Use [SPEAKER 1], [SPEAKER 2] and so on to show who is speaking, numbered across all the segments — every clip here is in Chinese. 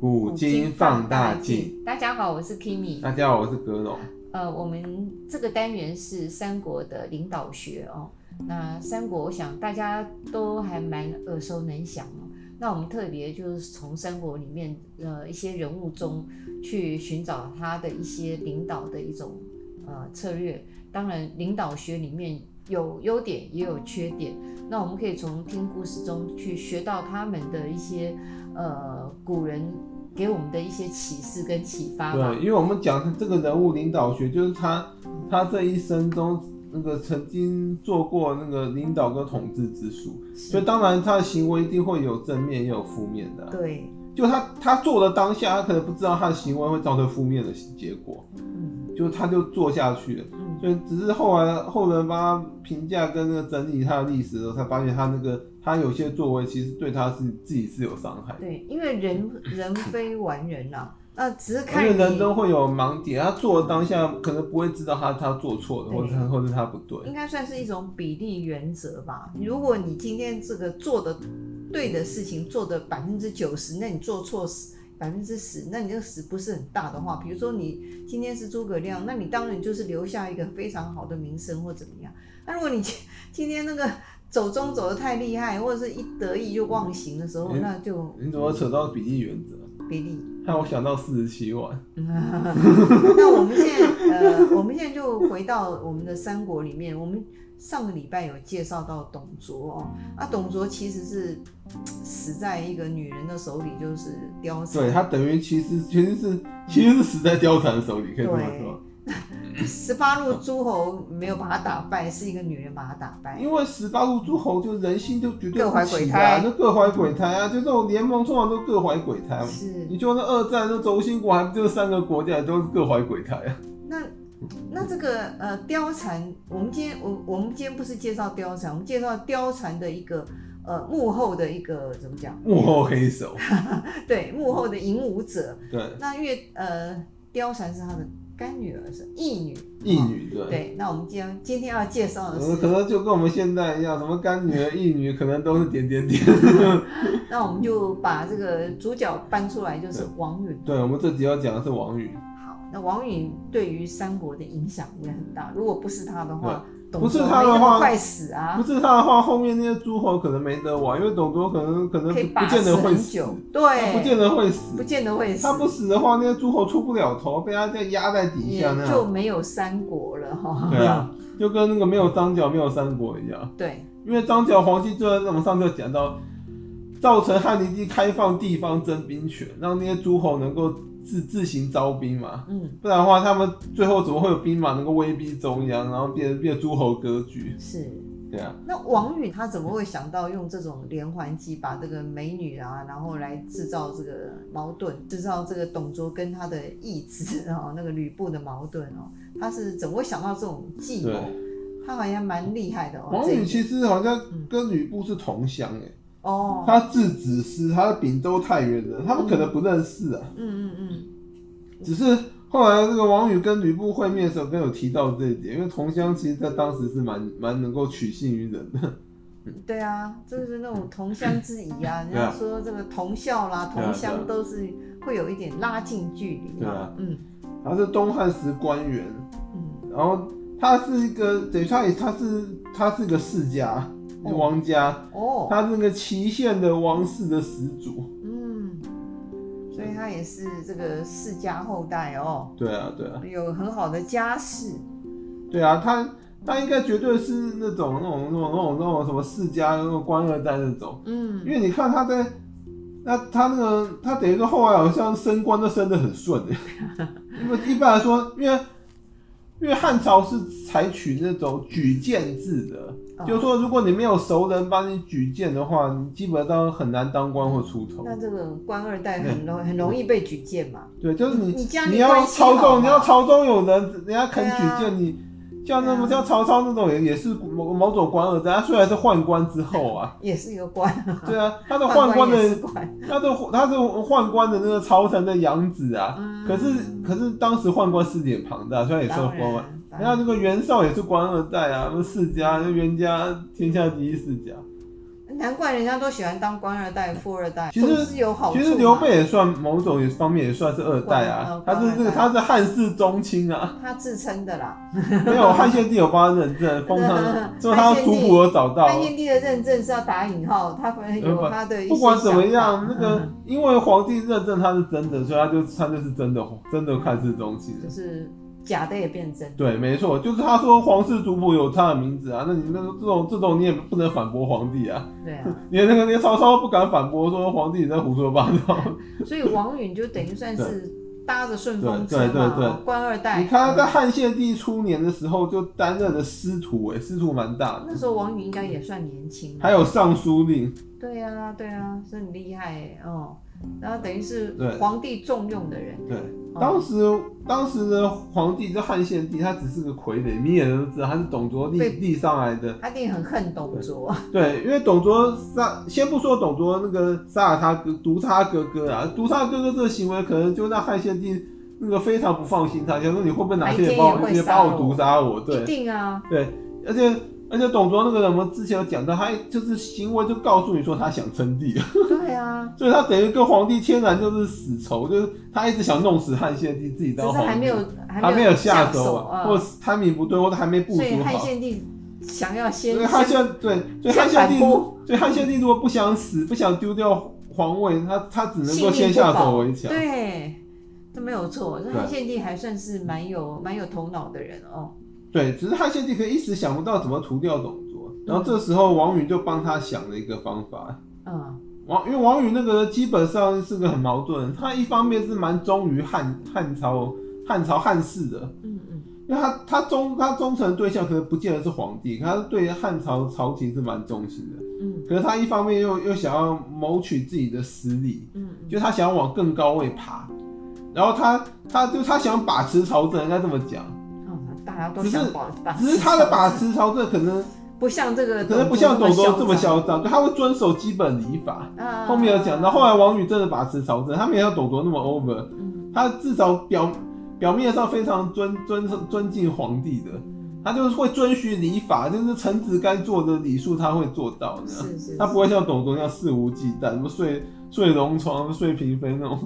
[SPEAKER 1] 古今放大镜。。
[SPEAKER 2] 大家好，我是 Kimi。
[SPEAKER 1] 大家好，我是格龙。
[SPEAKER 2] 呃，我们这个单元是三国的领导学哦。那三国，我想大家都还蛮耳熟能详哦。那我们特别就是从三国里面呃一些人物中去寻找他的一些领导的一种呃策略。当然，领导学里面有优点也有缺点，那我们可以从听故事中去学到他们的一些呃古人给我们的一些启示跟启发吧。
[SPEAKER 1] 对，因为我们讲的这个人物领导学，就是他他这一生中那个曾经做过那个领导跟统治之术，所以当然他的行为一定会有正面也有负面的啊。
[SPEAKER 2] 对，
[SPEAKER 1] 就他他做的当下，他可能不知道他的行为会造成负面的结果，
[SPEAKER 2] 嗯
[SPEAKER 1] 就他就做下去了。
[SPEAKER 2] 嗯，
[SPEAKER 1] 所以只是后来后人帮他评价跟那个整理他的历史的时候，才发现他那个他有些作为其实对他是自己是有伤害的。
[SPEAKER 2] 对，因为人人非完人呐、啊，那只是
[SPEAKER 1] 因
[SPEAKER 2] 看
[SPEAKER 1] 为
[SPEAKER 2] 你
[SPEAKER 1] 人都会有盲点，他做的当下可能不会知道他他做错了，
[SPEAKER 2] 对
[SPEAKER 1] 或者他或者他不对。
[SPEAKER 2] 应该算是一种比例原则吧。如果你今天这个做的对的事情做的百分之九十，那你做错十百分之十，那你这个十不是很大的话，比如说你今天是诸葛亮，那你当然就是留下一个非常好的名声或怎么样。那如果你今今天那个走中走的太厉害，或者是一得意就忘形的时候，
[SPEAKER 1] 嗯
[SPEAKER 2] 那就
[SPEAKER 1] 你怎么扯到比例原则？
[SPEAKER 2] 比例。
[SPEAKER 1] 让我想到四十七万，
[SPEAKER 2] 那我们现在呃，我们现在就回到我们的三国里面，我们上个礼拜有介绍到董卓哦，啊，董卓其实是嘖死在一个女人的手里，就是貂蝉，
[SPEAKER 1] 对他等于其实其实是其实是死在貂蝉手里，可以这么说。
[SPEAKER 2] 十八路诸侯没有把他打败，是一个女人把他打败，
[SPEAKER 1] 因为十八路诸侯就人心就绝对
[SPEAKER 2] 各怀鬼
[SPEAKER 1] 不齐
[SPEAKER 2] 胎
[SPEAKER 1] 啊，就各怀鬼胎啊，就这种联盟通常都各怀鬼胎嘛。
[SPEAKER 2] 是
[SPEAKER 1] 你就那二战，那轴心国还不就三个国家都是各怀鬼胎啊？
[SPEAKER 2] 那那这个呃，貂蝉，我们今天我我们今天不是介绍貂蝉，我们介绍貂蝉的一个呃幕后的一个怎么讲？
[SPEAKER 1] 幕后黑手，
[SPEAKER 2] 对，幕后的引舞者，
[SPEAKER 1] 对，
[SPEAKER 2] 那月呃，貂蝉是她的干女儿，是义女。
[SPEAKER 1] 义
[SPEAKER 2] 哦、
[SPEAKER 1] 女对。
[SPEAKER 2] 对，那我们今天今天要介绍的
[SPEAKER 1] 嗯，可
[SPEAKER 2] 是，
[SPEAKER 1] 能就跟我们现在一样，什么干女儿、义女，可能都是点点 点。
[SPEAKER 2] 那我们就把这个主角搬出来，就是王允。
[SPEAKER 1] 对，我们这集要讲的是王允，
[SPEAKER 2] 好，那王允对于三国的影响也很大。如果不是他的话，董
[SPEAKER 1] 不是
[SPEAKER 2] 卓
[SPEAKER 1] 他
[SPEAKER 2] 没
[SPEAKER 1] 的
[SPEAKER 2] 那么
[SPEAKER 1] 话
[SPEAKER 2] 快死啊
[SPEAKER 1] 不，是他的话，后面那些诸侯可能没得玩，因为董卓可能可能
[SPEAKER 2] 可以
[SPEAKER 1] 不
[SPEAKER 2] 把
[SPEAKER 1] 见
[SPEAKER 2] 持
[SPEAKER 1] 得会
[SPEAKER 2] 很
[SPEAKER 1] 死，
[SPEAKER 2] 久。
[SPEAKER 1] 他不见
[SPEAKER 2] 对，
[SPEAKER 1] 得会
[SPEAKER 2] 不
[SPEAKER 1] 死。
[SPEAKER 2] 见得会死
[SPEAKER 1] 他。不死的话，那些诸侯出不了头，被他这样压在底
[SPEAKER 2] 也
[SPEAKER 1] 下那
[SPEAKER 2] 就
[SPEAKER 1] 样。
[SPEAKER 2] 没有三国了哈。
[SPEAKER 1] 对啊，就跟那个没有张角、没有三国一样，
[SPEAKER 2] 对，
[SPEAKER 1] 因为张角、黄巾之乱，我们上次有讲到，造成汉灵帝开放地方征兵权，让那些诸侯能够自自行招兵嘛。
[SPEAKER 2] 嗯，
[SPEAKER 1] 不然的话，他们最后怎么会有兵马能够威逼中央，然后变变诸侯割据？
[SPEAKER 2] 是。
[SPEAKER 1] 对啊，
[SPEAKER 2] 那王允他怎么会想到用这种连环计把这个美女啊，然后来制造这个矛盾，制造这个董卓跟他的义子哦，那个吕布的矛盾哦，他是怎么会想到这种计谋
[SPEAKER 1] 对？
[SPEAKER 2] 他好像蛮厉害的哦。
[SPEAKER 1] 王
[SPEAKER 2] 这一
[SPEAKER 1] 允
[SPEAKER 2] 点
[SPEAKER 1] 其实好像跟吕布是同乡诶、
[SPEAKER 2] 哦，
[SPEAKER 1] 他字子思，他是秉州太原人，他们可能不认识啊，
[SPEAKER 2] 嗯嗯嗯，
[SPEAKER 1] 只是后来这个王允跟吕布会面的时候，跟有提到这一点，因为同乡其实在当时是蛮蛮能够取信于人的，
[SPEAKER 2] 对啊，就是那种同乡之谊啊，人
[SPEAKER 1] 对
[SPEAKER 2] 家
[SPEAKER 1] 啊
[SPEAKER 2] 说这个同校啦、
[SPEAKER 1] 对啊
[SPEAKER 2] 同乡
[SPEAKER 1] 对啊
[SPEAKER 2] 都是会有一点拉近距离
[SPEAKER 1] 对
[SPEAKER 2] 嘛
[SPEAKER 1] 啊。
[SPEAKER 2] 嗯
[SPEAKER 1] 他是东汉时官员，
[SPEAKER 2] 嗯，
[SPEAKER 1] 然后他是一个等于他也他是他是个世家
[SPEAKER 2] 哦
[SPEAKER 1] 王家，
[SPEAKER 2] 哦，
[SPEAKER 1] 他是那个祁县的王室的始祖。
[SPEAKER 2] 嗯，所以他也是这个世家后代哦。
[SPEAKER 1] 对啊，对啊，
[SPEAKER 2] 有很好的家世，
[SPEAKER 1] 对啊，他他应该绝对是那种那种那种那种那种什么世家那种官二代那种，因
[SPEAKER 2] 嗯，
[SPEAKER 1] 为你看他在那他那个他等于说后来好像升官都升得很顺 欸，因为一般来说，因为因为汉朝是采取那种举荐制的，
[SPEAKER 2] 哦
[SPEAKER 1] 就是说如果你没有熟人帮你举荐的话，你基本上很难当官或出头。
[SPEAKER 2] 那这个官二代很容很容易被举荐嘛，
[SPEAKER 1] 对，就是你
[SPEAKER 2] 你家里
[SPEAKER 1] 你要
[SPEAKER 2] 关系好
[SPEAKER 1] 操纵，
[SPEAKER 2] 嘛
[SPEAKER 1] 你要操纵有人，人家肯
[SPEAKER 2] 对啊
[SPEAKER 1] 举荐你，像那么
[SPEAKER 2] 对啊
[SPEAKER 1] 像曹操那种也也是某某种官二代，他虽然是宦官之后啊，
[SPEAKER 2] 也是一个官啊，
[SPEAKER 1] 对啊，他的
[SPEAKER 2] 宦
[SPEAKER 1] 宦官
[SPEAKER 2] 也是
[SPEAKER 1] 的
[SPEAKER 2] 官，
[SPEAKER 1] 他的他是宦官的那个朝臣的养子啊，
[SPEAKER 2] 嗯
[SPEAKER 1] 可是可是当时宦官势力很庞大，虽然也算
[SPEAKER 2] 当
[SPEAKER 1] 宦官，然
[SPEAKER 2] 然，当
[SPEAKER 1] 后
[SPEAKER 2] 然
[SPEAKER 1] 啊那个袁绍也是官二代啊，那世家，那袁家天下第一世家，
[SPEAKER 2] 难怪人家都喜欢当官二代、富二代，
[SPEAKER 1] 其实
[SPEAKER 2] 总是有好处
[SPEAKER 1] 其
[SPEAKER 2] 嘛。
[SPEAKER 1] 实刘备也算某种也方面也算是二代啊，
[SPEAKER 2] 官
[SPEAKER 1] 他
[SPEAKER 2] 二
[SPEAKER 1] 是这个
[SPEAKER 2] 代
[SPEAKER 1] 他是汉室宗亲啊，
[SPEAKER 2] 他自称的啦，
[SPEAKER 1] 没有汉献帝有帮他认证，封他 的，所以他族谱有找到。
[SPEAKER 2] 汉献帝的认证是要打引号，他可能有他的一些
[SPEAKER 1] 不管怎么样，
[SPEAKER 2] 想嗯
[SPEAKER 1] 那
[SPEAKER 2] 法
[SPEAKER 1] 个因为皇帝认证他是真的，所以他就他就是真的真的汉室宗亲
[SPEAKER 2] 就
[SPEAKER 1] 的。
[SPEAKER 2] 是假的也变真的。
[SPEAKER 1] 对，没错，就是他说皇室族谱有他的名字啊，那你那个这种这种你也不能反驳皇帝啊，
[SPEAKER 2] 对啊，
[SPEAKER 1] 连那个连曹操都不敢反驳说皇帝你在胡说八道。
[SPEAKER 2] 所以王允就等于算是搭着顺风车
[SPEAKER 1] 对对
[SPEAKER 2] 嘛，
[SPEAKER 1] 对对
[SPEAKER 2] 哦官二代。
[SPEAKER 1] 你看他在
[SPEAKER 2] 嗯
[SPEAKER 1] 汉献帝初年的时候就担任了司徒、哎，司徒蛮大的，
[SPEAKER 2] 那时候王允应该也算年轻啊，
[SPEAKER 1] 还有尚书令，
[SPEAKER 2] 对啊，对啊，是很厉害欸哦。然后等于是
[SPEAKER 1] 对
[SPEAKER 2] 皇帝重用的人，
[SPEAKER 1] 对，
[SPEAKER 2] 哦
[SPEAKER 1] 当时当时的皇帝就汉献帝，他只是个傀儡，明眼人都知道他是董卓立
[SPEAKER 2] 被嗯
[SPEAKER 1] 立上来的。
[SPEAKER 2] 他一定很恨董卓。
[SPEAKER 1] 对，因为董卓杀，先不说董卓那个杀了他哥，毒杀他哥哥啊，毒杀哥哥这个行为，可能就让汉献帝那个非常不放心他，想说你会不会哪天也把
[SPEAKER 2] 哪一
[SPEAKER 1] 我
[SPEAKER 2] 嗯天也会
[SPEAKER 1] 也
[SPEAKER 2] 杀
[SPEAKER 1] 把
[SPEAKER 2] 我
[SPEAKER 1] 我毒杀我？
[SPEAKER 2] 一
[SPEAKER 1] 对
[SPEAKER 2] 定啊，
[SPEAKER 1] 对，而且。而且董卓那个人，我们之前有讲到，他就是行为就告诉你说他想称帝，
[SPEAKER 2] 对啊，
[SPEAKER 1] 所以他等于跟皇帝天然就是死仇，就是他一直想弄死汉献帝，自己
[SPEAKER 2] 只
[SPEAKER 1] 当
[SPEAKER 2] 是
[SPEAKER 1] 皇帝。
[SPEAKER 2] 还没有
[SPEAKER 1] 还没有下手
[SPEAKER 2] 手
[SPEAKER 1] 啊，
[SPEAKER 2] 啊，
[SPEAKER 1] 或是 timing 不对，或者还没部
[SPEAKER 2] 所以
[SPEAKER 1] 署
[SPEAKER 2] 汉
[SPEAKER 1] 好。
[SPEAKER 2] 献帝想要先
[SPEAKER 1] 所以汉
[SPEAKER 2] 先
[SPEAKER 1] 献对，所以汉献帝
[SPEAKER 2] 先反扑，
[SPEAKER 1] 所以汉献帝如果不想死，不想丢掉皇位，他他只能
[SPEAKER 2] 性
[SPEAKER 1] 够
[SPEAKER 2] 命
[SPEAKER 1] 先
[SPEAKER 2] 不
[SPEAKER 1] 下
[SPEAKER 2] 保
[SPEAKER 1] 手为强。
[SPEAKER 2] 对，都没有错。那
[SPEAKER 1] 对
[SPEAKER 2] 汉献帝还算是蛮有蛮有头脑的人哦。
[SPEAKER 1] 对，只是汉献帝可以一时想不到怎么除掉董卓，然后这时候王允就帮他想了一个方法。
[SPEAKER 2] 嗯，
[SPEAKER 1] 王因为王允那个基本上是个很矛盾，他一方面是蛮忠于汉汉朝汉朝汉室的，
[SPEAKER 2] 嗯嗯，
[SPEAKER 1] 因为他他忠他忠诚的对象可能不见得是皇帝，可他对汉朝朝廷是蛮忠心的。
[SPEAKER 2] 嗯
[SPEAKER 1] 可是他一方面又又想要谋取自己的实力，
[SPEAKER 2] 嗯嗯，
[SPEAKER 1] 就他想要往更高位爬，然后他他就他想把持朝政，应该这么讲。
[SPEAKER 2] 嗯大家都
[SPEAKER 1] 只是
[SPEAKER 2] 想保把
[SPEAKER 1] 只
[SPEAKER 2] 持
[SPEAKER 1] 是他的把
[SPEAKER 2] 持，
[SPEAKER 1] 持朝政可能
[SPEAKER 2] 不像这个
[SPEAKER 1] 可能不像董卓这么
[SPEAKER 2] 嚣
[SPEAKER 1] 嚣张，就他会遵守基本礼法。
[SPEAKER 2] 张。啊
[SPEAKER 1] 后面有讲到，后来王允真的把持朝政，他没有董卓那么 over，
[SPEAKER 2] 嗯
[SPEAKER 1] 他至少表表面上非常尊尊尊敬皇帝的，他就是会遵循礼法，就是臣子该做的礼数他会做到的。
[SPEAKER 2] 是是，
[SPEAKER 1] 他不会像董卓那样肆无忌惮，什么睡睡龙床、睡嫔妃那种。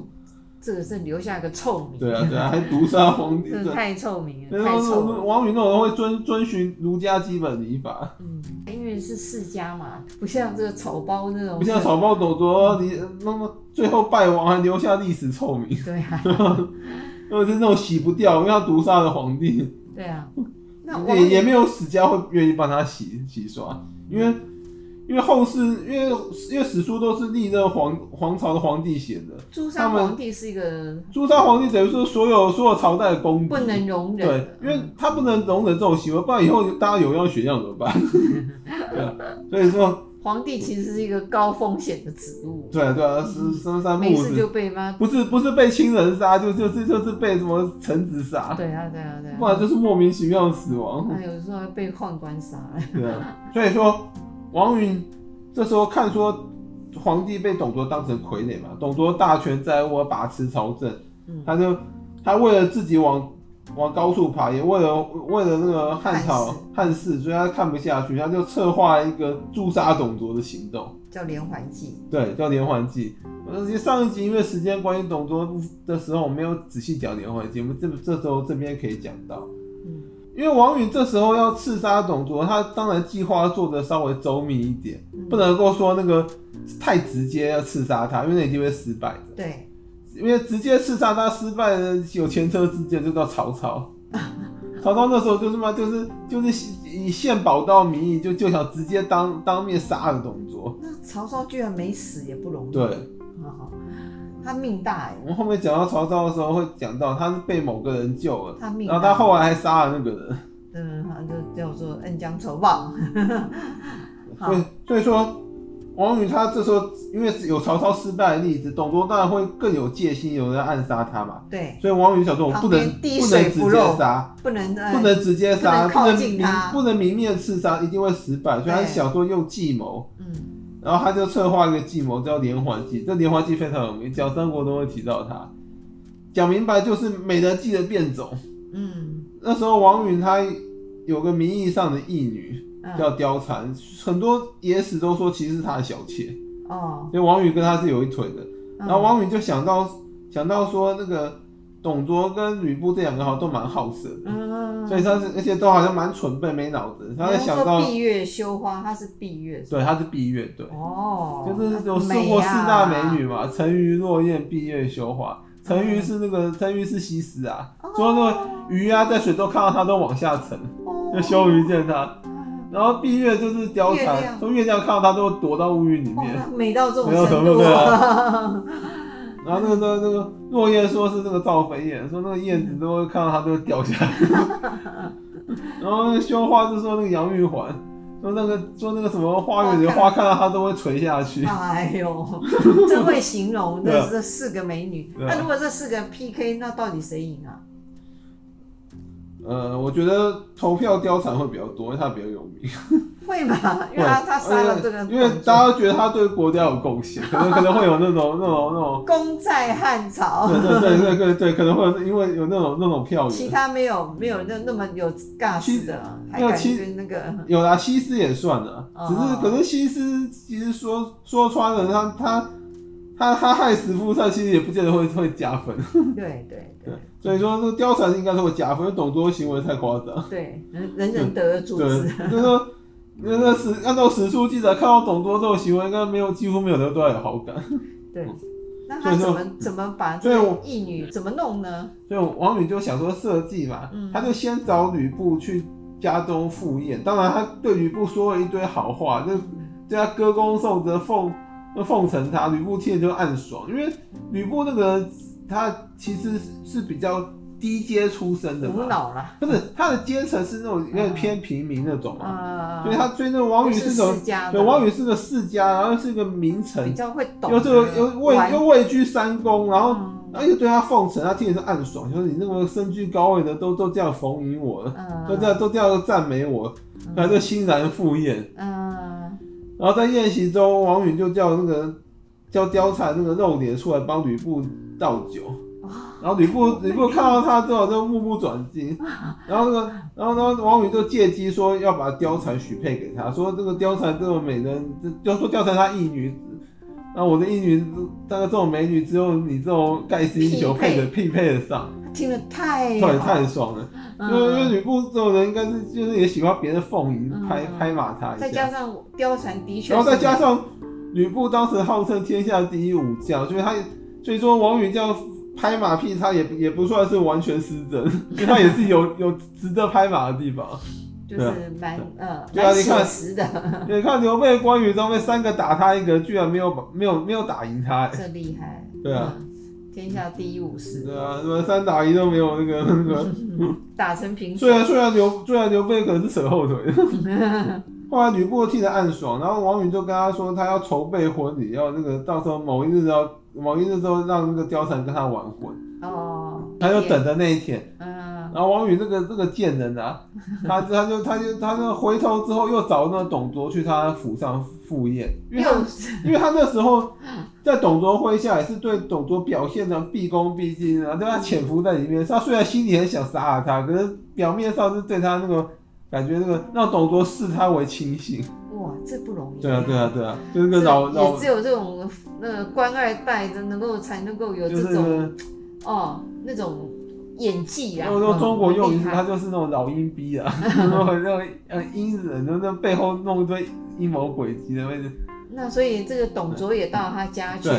[SPEAKER 2] 这个是留下一个臭名，
[SPEAKER 1] 对啊，对啊，还毒杀皇帝。
[SPEAKER 2] 真的
[SPEAKER 1] 对，
[SPEAKER 2] 嗯
[SPEAKER 1] 啊
[SPEAKER 2] 太臭名
[SPEAKER 1] 那
[SPEAKER 2] 了，太臭了。
[SPEAKER 1] 种王允那种人会遵遵循儒家基本礼法，
[SPEAKER 2] 嗯，因为是世家嘛，不像这个草包那种，
[SPEAKER 1] 不像草包董卓，你那么最后败亡还留下历史臭名，
[SPEAKER 2] 对啊，
[SPEAKER 1] 或者是那种洗不掉，因为他毒杀了皇帝，
[SPEAKER 2] 对啊。那王
[SPEAKER 1] 也也
[SPEAKER 2] 允
[SPEAKER 1] 没有史家会愿意帮他洗洗刷，因为。因为后世，因为因为史书都是历任皇皇朝的皇帝写的，
[SPEAKER 2] 朱砂
[SPEAKER 1] 他们
[SPEAKER 2] 皇帝是一个
[SPEAKER 1] 朱砂皇帝等于说所有所有朝代的功底，
[SPEAKER 2] 不能容忍
[SPEAKER 1] 对
[SPEAKER 2] 的，，嗯
[SPEAKER 1] 因为他不能容忍这种行为，不然以后大家有样学样怎么 办？对啊，所以说，
[SPEAKER 2] 嗯皇帝其实是一个高风险的职务，
[SPEAKER 1] 对啊对啊，是三三
[SPEAKER 2] 嗯没
[SPEAKER 1] 木
[SPEAKER 2] 事
[SPEAKER 1] 子，
[SPEAKER 2] 就被妈，
[SPEAKER 1] 不是不是被亲人杀，就就是就是被什么臣子杀，
[SPEAKER 2] 对啊对啊对
[SPEAKER 1] 不然
[SPEAKER 2] 啊，
[SPEAKER 1] 就是莫名其妙的死亡。
[SPEAKER 2] 他有时候还被宦官杀了，
[SPEAKER 1] 对啊，所以说王允这时候看说皇帝被董卓当成傀儡嘛，董卓大权在握，把持朝政，
[SPEAKER 2] 嗯，
[SPEAKER 1] 他就他为了自己往往高处爬，也为了为了那个汉朝汉室，所以他看不下去，他就策划一个诛杀董卓的行动，
[SPEAKER 2] 叫连环计，
[SPEAKER 1] 对，叫连环计。而且上一集因为时间关系，董卓的时候我没有仔细讲连环计，我们这这时候这边可以讲到。
[SPEAKER 2] 嗯
[SPEAKER 1] 因为王允这时候要刺杀董卓，他当然计划做的稍微周密一点，
[SPEAKER 2] 嗯
[SPEAKER 1] 不能够说那个太直接要刺杀他，因为那一定会失败的。
[SPEAKER 2] 对，
[SPEAKER 1] 因为直接刺杀他失败的有前车之鉴，就叫曹 操。曹操那时候就是嘛，就是就是以献宝刀名义，就就想直接当当面杀了董卓。
[SPEAKER 2] 那曹操居然没死也不容易，
[SPEAKER 1] 对，
[SPEAKER 2] 好好，他命大哎
[SPEAKER 1] 我，们后面讲到曹操的时候会讲到，他是被某个人救了，
[SPEAKER 2] 他命
[SPEAKER 1] 然后
[SPEAKER 2] 大，
[SPEAKER 1] 他后来还杀了那个人。
[SPEAKER 2] 嗯，他就叫做恩将仇报， 好
[SPEAKER 1] 所以所以说，王允他这时候因为有曹操失败的例子，董卓当然会更有戒心，有人暗杀他嘛。
[SPEAKER 2] 对，
[SPEAKER 1] 所以王允想说，我不能
[SPEAKER 2] 旁边滴
[SPEAKER 1] 不
[SPEAKER 2] 水
[SPEAKER 1] 能直
[SPEAKER 2] 不
[SPEAKER 1] 接
[SPEAKER 2] 漏
[SPEAKER 1] 杀，
[SPEAKER 2] 不能呃
[SPEAKER 1] 不能直接杀，
[SPEAKER 2] 不能靠
[SPEAKER 1] 不能
[SPEAKER 2] 近
[SPEAKER 1] 明
[SPEAKER 2] 他
[SPEAKER 1] 不能明面刺杀，一定会失败。所以他
[SPEAKER 2] 对
[SPEAKER 1] 想说用计谋，
[SPEAKER 2] 嗯，
[SPEAKER 1] 然后他就策划一个计谋叫连环计。这连环计非常有名，讲三国都会提到它。讲明白就是美人计的变种。
[SPEAKER 2] 嗯
[SPEAKER 1] 那时候王允他有个名义上的义女，
[SPEAKER 2] 嗯
[SPEAKER 1] 叫貂蝉，很多野史都说其实是他的小妾，
[SPEAKER 2] 哦，
[SPEAKER 1] 因为王允跟他是有一腿的。然后
[SPEAKER 2] 嗯
[SPEAKER 1] 王允就想到想到说那个董卓跟吕布这两个好像都蛮好色的，
[SPEAKER 2] 嗯，
[SPEAKER 1] 所以他是而且都好像蛮蠢笨没脑子，他在
[SPEAKER 2] 人家
[SPEAKER 1] 想
[SPEAKER 2] 说
[SPEAKER 1] 到
[SPEAKER 2] 闭月羞花，她是闭月，
[SPEAKER 1] 对他是闭月对。
[SPEAKER 2] 哦，
[SPEAKER 1] 就是有四
[SPEAKER 2] 美
[SPEAKER 1] 过四大
[SPEAKER 2] 呀
[SPEAKER 1] 美女嘛，沉鱼落雁、闭月羞花。沉
[SPEAKER 2] 嗯
[SPEAKER 1] 鱼是那个沉鱼是西施啊，说那个鱼啊在水中看到它都往下沉，
[SPEAKER 2] 哦
[SPEAKER 1] 就羞于见它。
[SPEAKER 2] 哦
[SPEAKER 1] 然后闭月就是貂
[SPEAKER 2] 月
[SPEAKER 1] 蝉，
[SPEAKER 2] 亮
[SPEAKER 1] 从月亮看到它都会躲到乌云里面。
[SPEAKER 2] 那美到这种
[SPEAKER 1] 没有什
[SPEAKER 2] 程
[SPEAKER 1] 么
[SPEAKER 2] 度
[SPEAKER 1] 对
[SPEAKER 2] 啊！
[SPEAKER 1] 然后那个那个那个落雁说是那个赵飞燕，说那个燕子都会看到它都会掉下来。 然后那个羞花就说那个杨玉环，说那个说那个什么花园里的花看到它都会垂下去。
[SPEAKER 2] 哎呦，真会形容
[SPEAKER 1] 对啊
[SPEAKER 2] 这这四个美女。
[SPEAKER 1] 对啊
[SPEAKER 2] 那如果这四个 PK，那到底谁赢啊？
[SPEAKER 1] 呃，我觉得投票貂蝉会比较多，因为它比较有名。
[SPEAKER 2] 会吗？因为他 他杀了这个董卓，
[SPEAKER 1] 因为大家觉得他对国家有贡献，可能可能会有那种那种那种，
[SPEAKER 2] 攻在汉朝，
[SPEAKER 1] 对对对对对对，可能会有因为有那种那种票
[SPEAKER 2] 其
[SPEAKER 1] 源，
[SPEAKER 2] 他没有没有那那么有尬
[SPEAKER 1] 其
[SPEAKER 2] 死的，还
[SPEAKER 1] 没有
[SPEAKER 2] 敢
[SPEAKER 1] 其
[SPEAKER 2] 跟那个
[SPEAKER 1] 有啦，西施也算了，只是
[SPEAKER 2] 哦
[SPEAKER 1] 可是西施其实说说穿了，他他他他害死夫差，其实也不见得会会加分，
[SPEAKER 2] 对对
[SPEAKER 1] 对
[SPEAKER 2] 对，
[SPEAKER 1] 所以说那个貂蝉应该是会加分，因为董卓行为太夸张，
[SPEAKER 2] 对，人人人得而诛
[SPEAKER 1] 对
[SPEAKER 2] 之。，
[SPEAKER 1] 就是说。那那史按照史书记载，看到董卓这种行为，应该没有几乎没有人对他有好感。
[SPEAKER 2] 对
[SPEAKER 1] 嗯，
[SPEAKER 2] 那
[SPEAKER 1] 所
[SPEAKER 2] 他
[SPEAKER 1] 以
[SPEAKER 2] 怎
[SPEAKER 1] 说
[SPEAKER 2] 么怎么把这
[SPEAKER 1] 所以
[SPEAKER 2] 个
[SPEAKER 1] 我
[SPEAKER 2] 义女怎么弄呢？
[SPEAKER 1] 所以王允就想说设计嘛，
[SPEAKER 2] 嗯
[SPEAKER 1] 他就先找吕布去家中赴宴，当然他对吕布说了一堆好话，就对他歌功颂德，奉奉承他。吕布听了就暗爽，因为吕布那个他其实是比较低阶出身的
[SPEAKER 2] 无
[SPEAKER 1] 嘛，
[SPEAKER 2] 脑了，
[SPEAKER 1] 不是他的阶层是那种有点偏平民那种嘛，
[SPEAKER 2] 啊，
[SPEAKER 1] 所以他追那个王
[SPEAKER 2] 不
[SPEAKER 1] 允
[SPEAKER 2] 是
[SPEAKER 1] 是种
[SPEAKER 2] 世，家
[SPEAKER 1] 对
[SPEAKER 2] 的，
[SPEAKER 1] 王允是个世家，然后是个名
[SPEAKER 2] 比
[SPEAKER 1] 臣，
[SPEAKER 2] 较会嗯懂啊嗯
[SPEAKER 1] 又
[SPEAKER 2] 得玩，
[SPEAKER 1] 这个又位又位居三公，然后
[SPEAKER 2] 嗯
[SPEAKER 1] 然后又对他奉承，他听也是暗爽，就是你那么身居高位的都都这样逢迎我了，都这
[SPEAKER 2] 嗯
[SPEAKER 1] 样都这样赞美我，然后就欣然赴宴。
[SPEAKER 2] 嗯
[SPEAKER 1] 然后在宴席中，王允就叫那个叫貂蝉那个肉脸出来帮吕布倒酒，
[SPEAKER 2] 哇
[SPEAKER 1] 然后吕布吕布看到他之后就目不转睛， 然后那个然后然后王允就借机说要把貂蝉许配给他，说这个貂蝉这么美人，就就说貂蝉她义女，然后我的义女大概这种美女只有你这种盖世英雄配的匹配得上，
[SPEAKER 2] 听了太
[SPEAKER 1] 对，太
[SPEAKER 2] 好
[SPEAKER 1] 爽了。因
[SPEAKER 2] 嗯
[SPEAKER 1] 为因为吕布这种人应该是就是也喜欢别人奉
[SPEAKER 2] 嗯
[SPEAKER 1] 迎拍拍马他
[SPEAKER 2] 再
[SPEAKER 1] 一
[SPEAKER 2] 加
[SPEAKER 1] 下，
[SPEAKER 2] 上貂蝉的确，
[SPEAKER 1] 然后再加，上吕布当时号称天下第一武将，所以他也所以说王允这样拍马屁，他也也不算是完全失 真，因为他也是有有值得拍马的地方。
[SPEAKER 2] 就是蛮呃
[SPEAKER 1] 对啊
[SPEAKER 2] 蛮
[SPEAKER 1] 你
[SPEAKER 2] 写
[SPEAKER 1] 看
[SPEAKER 2] 实的，
[SPEAKER 1] 你看刘备、关羽、张飞三个打他一个，居然没有把没有没有打赢他、欸。
[SPEAKER 2] 这厉害，
[SPEAKER 1] 对啊
[SPEAKER 2] 嗯，天下第一武士，
[SPEAKER 1] 对啊，什么三打一都没有那个那个。
[SPEAKER 2] 打成平手
[SPEAKER 1] 虽，啊然虽然刘虽然刘备可能是扯后腿的，后来吕布替他暗爽，然后王允就跟他说，他要筹备婚礼，要那个到时候某一日要某一日之后让那个貂蝉跟他完婚，
[SPEAKER 2] 哦，
[SPEAKER 1] 他就
[SPEAKER 2] 也，
[SPEAKER 1] 等着那一天。
[SPEAKER 2] 嗯，
[SPEAKER 1] 然后王允那个那个贱人啊，他他就他就他就回头之后又找那个董卓去他府上赴宴，因为他
[SPEAKER 2] 又是
[SPEAKER 1] 因为他那时候在董卓麾下也是对董卓表现的毕恭毕敬啊，对他潜伏在里面。他虽然心里很想杀了他，可是表面上是对他那个感觉那个让董卓视他为亲信。
[SPEAKER 2] 哇，这不容易，
[SPEAKER 1] 对啊，对啊，对啊，就是那个
[SPEAKER 2] 这
[SPEAKER 1] 老老
[SPEAKER 2] 也只有这种那个官二代的能够才能够有
[SPEAKER 1] 就
[SPEAKER 2] 这
[SPEAKER 1] 是
[SPEAKER 2] 种、
[SPEAKER 1] 那
[SPEAKER 2] 哦那种演技啊，
[SPEAKER 1] 个用中国用
[SPEAKER 2] 嗯
[SPEAKER 1] 语
[SPEAKER 2] 很厉
[SPEAKER 1] 是
[SPEAKER 2] 害
[SPEAKER 1] 他就是那种老阴逼啊，那种很那种呃阴人，就那背后弄一堆阴谋诡计的位置。
[SPEAKER 2] 那所以这个董卓也到他家去了，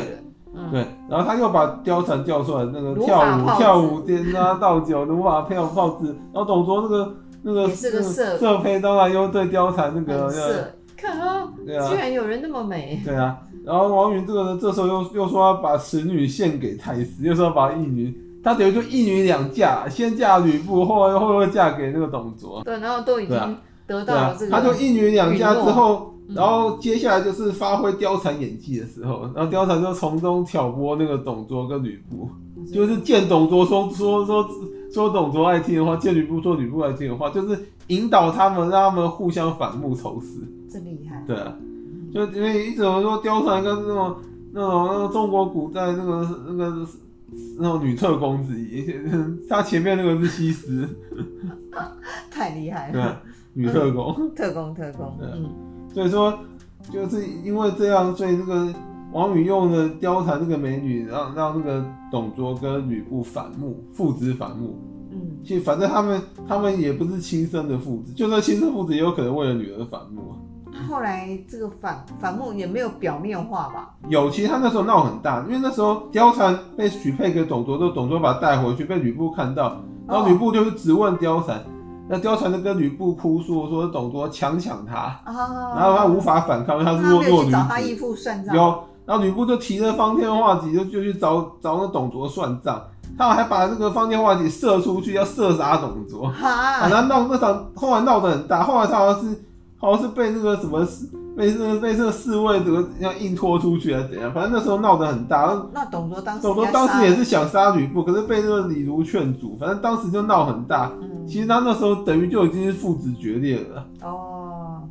[SPEAKER 2] 嗯，
[SPEAKER 1] 对，然后他又把貂蝉叫出来，那个
[SPEAKER 2] 如
[SPEAKER 1] 跳
[SPEAKER 2] 法
[SPEAKER 1] 舞
[SPEAKER 2] 炮制
[SPEAKER 1] 跳舞颠啊，倒酒，如法票炮制。然后董卓那个那个
[SPEAKER 2] 也是个色
[SPEAKER 1] 色胚，当然又对貂蝉那个
[SPEAKER 2] 很色，看啊，
[SPEAKER 1] 对啊
[SPEAKER 2] 居然有人那么美，
[SPEAKER 1] 对啊。然后王允这个人这时候又又说要把使女献给太师，又说要把义女，他等于就一女两嫁，先嫁吕布，后来后来又嫁给那个董卓。
[SPEAKER 2] 对，然后都已
[SPEAKER 1] 对
[SPEAKER 2] 经
[SPEAKER 1] 啊
[SPEAKER 2] 得
[SPEAKER 1] 对
[SPEAKER 2] 到
[SPEAKER 1] 啊
[SPEAKER 2] 了这，个，
[SPEAKER 1] 他就一女两嫁之后，
[SPEAKER 2] 嗯
[SPEAKER 1] 然后接下来就是发挥貂蝉演技的时候，然后貂蝉就从中挑拨那个董卓跟吕布。
[SPEAKER 2] 嗯
[SPEAKER 1] 就是见董卓说说说说董卓爱听的话，见吕布说吕布爱听的话，就是引导他们，让他们互相反目仇视。
[SPEAKER 2] 这厉害，
[SPEAKER 1] 对啊，就因为一直有人说貂蝉跟那种那种那种中国古代那个那个那种女特工之一，她前面那个是西施，
[SPEAKER 2] 太厉害
[SPEAKER 1] 对
[SPEAKER 2] 了，
[SPEAKER 1] 啊，女特工。
[SPEAKER 2] 特工特工，嗯，
[SPEAKER 1] 所以说，就是因为这样，所以那个王允用了貂蝉那个美女，让让那个董卓跟吕布反目，父子反目。
[SPEAKER 2] 嗯，
[SPEAKER 1] 其实反正他们他们也不是亲生的父子，就算亲生父子，也有可能为了女儿反目啊。
[SPEAKER 2] 后来这个反反目也没有表面化吧？
[SPEAKER 1] 有，其实他那时候闹很大，因为那时候貂蝉被许配给董卓之后，董卓把她带回去，被吕布看到，然后吕布就是质问貂蝉，那貂蝉就跟吕布哭诉说董卓强抢她，
[SPEAKER 2] 啊，
[SPEAKER 1] 然后她无法反抗，因为她是弱
[SPEAKER 2] 没有
[SPEAKER 1] 弱
[SPEAKER 2] 去
[SPEAKER 1] 女
[SPEAKER 2] 找他
[SPEAKER 1] 子
[SPEAKER 2] 义。父算账，
[SPEAKER 1] 有，然后吕布就提着方天画戟就就去找找那董卓算账，他们还把这个方天画戟射出去，要射杀董卓。啊，
[SPEAKER 2] 哈，
[SPEAKER 1] 然后闹那场后来闹得很大，后来他好像是好像是被那个什么侍被那个被这个侍卫怎么要硬拖出去还是怎样，反正那时候闹得很大。然后
[SPEAKER 2] 那董卓当时
[SPEAKER 1] 董卓
[SPEAKER 2] 应该
[SPEAKER 1] 当
[SPEAKER 2] 杀
[SPEAKER 1] 时也
[SPEAKER 2] 了，
[SPEAKER 1] 是想杀吕布，可是被那个李儒劝阻，反正当时就闹很大。
[SPEAKER 2] 嗯，
[SPEAKER 1] 其实他那时候等于就已经是父子决裂了，
[SPEAKER 2] 哦，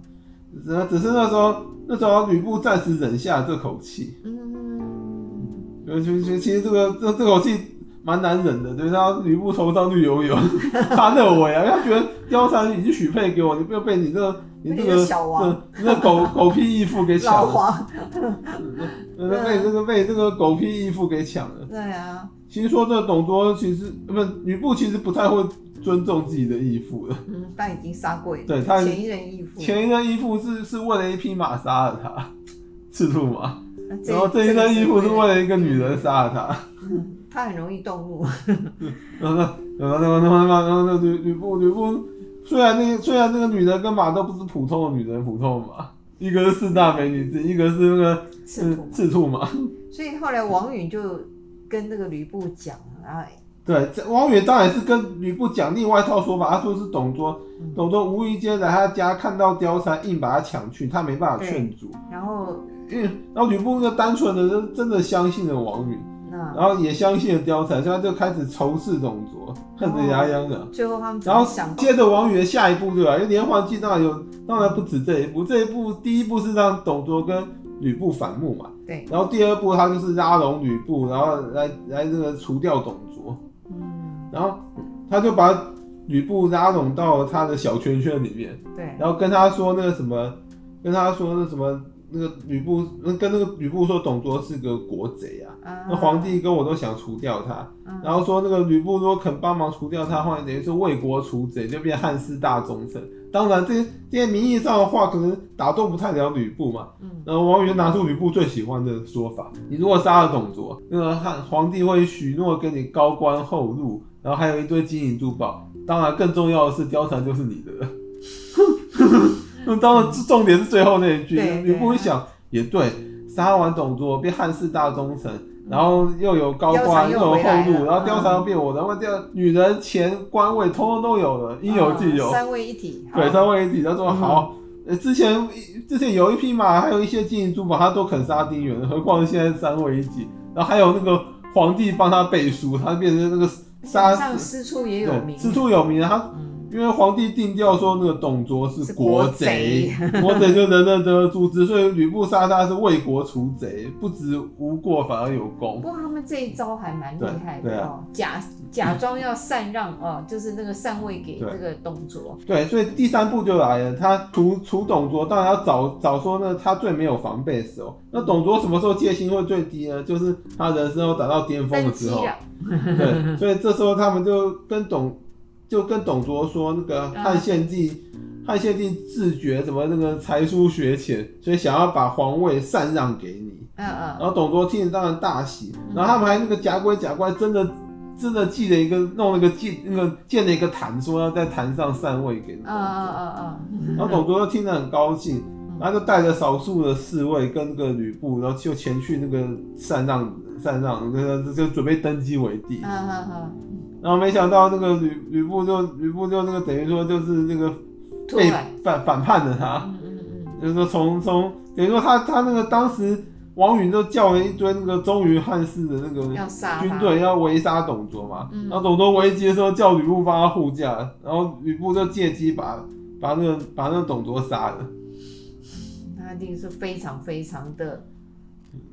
[SPEAKER 1] 然后只是那时候那时候吕布暂时忍下这口气。
[SPEAKER 2] 嗯，
[SPEAKER 1] 尤呃其其其实这个这这口气蛮难忍的，就是他吕布头上绿油油， 他认为啊，他觉得貂蝉已经许配给我，你不要被你这个你这
[SPEAKER 2] 被你
[SPEAKER 1] 个
[SPEAKER 2] 的小王
[SPEAKER 1] 这这狗狗屁义父给抢
[SPEAKER 2] 老
[SPEAKER 1] 了，
[SPEAKER 2] 黄，
[SPEAKER 1] 呃被这个被这个狗屁义父给抢了。
[SPEAKER 2] 对啊，
[SPEAKER 1] 其实说这董卓其实呃不吕布其实不太会尊重自己的义父的，
[SPEAKER 2] 嗯，他已经杀过一
[SPEAKER 1] 对他
[SPEAKER 2] 前一任义父，
[SPEAKER 1] 前一任义父是是为了一匹马杀了他， 赤兔马，
[SPEAKER 2] 那
[SPEAKER 1] 然后这一
[SPEAKER 2] 个
[SPEAKER 1] 任义父是为了一个女人
[SPEAKER 2] 嗯
[SPEAKER 1] 杀了他。
[SPEAKER 2] 他很容易动怒，
[SPEAKER 1] 然后呢，然后那个，然后那个，然后那个吕吕布，吕布虽然那个虽然那个女人跟马都不是普通的女人，普通的马，一个是四大美女之一，一个是那个
[SPEAKER 2] 赤兔
[SPEAKER 1] 嗯。赤兔马。
[SPEAKER 2] 所以后来王允就跟那个吕布讲啊，
[SPEAKER 1] 对，这王允当然是跟吕布讲另外一套说法，他说是董卓，
[SPEAKER 2] 嗯
[SPEAKER 1] 董卓无意间来他家看到貂蝉，硬把她抢去，他没办法劝阻。
[SPEAKER 2] 然后
[SPEAKER 1] 因为然后吕布那个单纯的就真的相信了王允，
[SPEAKER 2] 那
[SPEAKER 1] 然后也相信了貂蝉，所以他就开始仇视董卓，恨得牙痒痒。
[SPEAKER 2] 最后他们怎
[SPEAKER 1] 然
[SPEAKER 2] 么
[SPEAKER 1] 后
[SPEAKER 2] 想到？
[SPEAKER 1] 接着王允的下一步对吧？因为连环计当然有，当然不止这一步。这一步第一步是让董卓跟吕布反目嘛，
[SPEAKER 2] 对，
[SPEAKER 1] 然后第二步他就是拉拢吕布，然后来来这个除掉董卓，
[SPEAKER 2] 嗯，
[SPEAKER 1] 然后他就把吕布拉拢到他的小圈圈里面，
[SPEAKER 2] 对，
[SPEAKER 1] 然后跟他说那个什么，跟他说那什么那个吕布，跟那个吕布说董卓是个国贼啊，
[SPEAKER 2] 啊
[SPEAKER 1] 那皇，帝跟我都想除掉他，
[SPEAKER 2] 嗯
[SPEAKER 1] 然后说那个吕布如果肯帮忙除掉他的话，等于是为国除贼，就变汉室大忠臣。当然这，些这些名义上的话，可能打动不太了吕布嘛。
[SPEAKER 2] 嗯
[SPEAKER 1] 然后王允拿出吕布最喜欢的说法：你如果杀了董卓，那个汉皇帝会许诺给你高官厚禄，然后还有一堆金银珠宝。当然，更重要的是貂蝉就是你的 了。那 当然，重点是最后那一句
[SPEAKER 2] 嗯对。
[SPEAKER 1] 吕布
[SPEAKER 2] 对
[SPEAKER 1] 一想，也对，杀完董卓变汉室大忠臣，然后又有高官，
[SPEAKER 2] 嗯貂蝉
[SPEAKER 1] 又
[SPEAKER 2] 又
[SPEAKER 1] 有
[SPEAKER 2] 回来
[SPEAKER 1] 后路，
[SPEAKER 2] 了
[SPEAKER 1] 然后貂蝉
[SPEAKER 2] 嗯
[SPEAKER 1] 又变我的，然后掉女人、钱、官位，通通都有了，应有尽有
[SPEAKER 2] 啊。三位一体，
[SPEAKER 1] 对，
[SPEAKER 2] 好
[SPEAKER 1] 三位一体，他说
[SPEAKER 2] 嗯
[SPEAKER 1] 好。呃，之前之前有一匹马，还有一些金银珠宝，他都肯杀丁原，何况现在三位一体，然后还有那个皇帝帮他背书，他变成那个杀
[SPEAKER 2] 上私处也有名，
[SPEAKER 1] 对师出有名，啊他
[SPEAKER 2] 嗯，
[SPEAKER 1] 因为皇帝定调说那个董卓是
[SPEAKER 2] 是
[SPEAKER 1] 国
[SPEAKER 2] 国
[SPEAKER 1] 贼， 国贼就人人得而诛之，所以吕布杀他是为国除贼，不止无过反而有
[SPEAKER 2] 不
[SPEAKER 1] 功。
[SPEAKER 2] 过他们这一招还蛮厉害
[SPEAKER 1] 对对
[SPEAKER 2] 的
[SPEAKER 1] 啊
[SPEAKER 2] 哦，假假装要禅让哦，就是那个禅位给
[SPEAKER 1] 对
[SPEAKER 2] 这个董卓，
[SPEAKER 1] 对，所以第三步就来了，他除除董卓，当然要找找说呢，他最没有防备的时候。那董卓什么时候戒心会最低呢？就是他人生要达到巅峰
[SPEAKER 2] 登
[SPEAKER 1] 的时
[SPEAKER 2] 基啊
[SPEAKER 1] 候。
[SPEAKER 2] 了，
[SPEAKER 1] 对，所以这时候他们就跟董就跟董卓说，那个
[SPEAKER 2] 嗯
[SPEAKER 1] 汉献帝，汉献帝自觉什么那个才疏学浅，所以想要把皇位禅让给你。
[SPEAKER 2] 嗯
[SPEAKER 1] 然
[SPEAKER 2] 嗯，
[SPEAKER 1] 后董卓听了当然大喜，然后他们还那个假鬼假怪，真的真的记了一个弄了一个建那个建了一个坛，说要在坛上禅位给董
[SPEAKER 2] 嗯嗯
[SPEAKER 1] 卓。
[SPEAKER 2] 嗯嗯
[SPEAKER 1] 然后董卓就听得很高兴，
[SPEAKER 2] 嗯，
[SPEAKER 1] 然后就带着少数的侍卫跟那个吕布，然后就前去那个禅让禅让，那个就准备登基为帝。
[SPEAKER 2] 嗯嗯嗯，
[SPEAKER 1] 然后没想到那个吕吕布就吕布就那个等于说就是那个
[SPEAKER 2] 突
[SPEAKER 1] 被
[SPEAKER 2] 然，
[SPEAKER 1] 反反叛了他，
[SPEAKER 2] 嗯嗯嗯
[SPEAKER 1] 就是说从从等于说他他那个当时王允就叫了一堆那个周瑜汉室的那个
[SPEAKER 2] 嗯，要杀
[SPEAKER 1] 军
[SPEAKER 2] 他，
[SPEAKER 1] 队要围杀董卓嘛，
[SPEAKER 2] 嗯
[SPEAKER 1] 然后董卓危机的时候叫吕布帮他护驾，然后吕布就借机把把那个把那个董卓杀了，
[SPEAKER 2] 他一定是非常非常的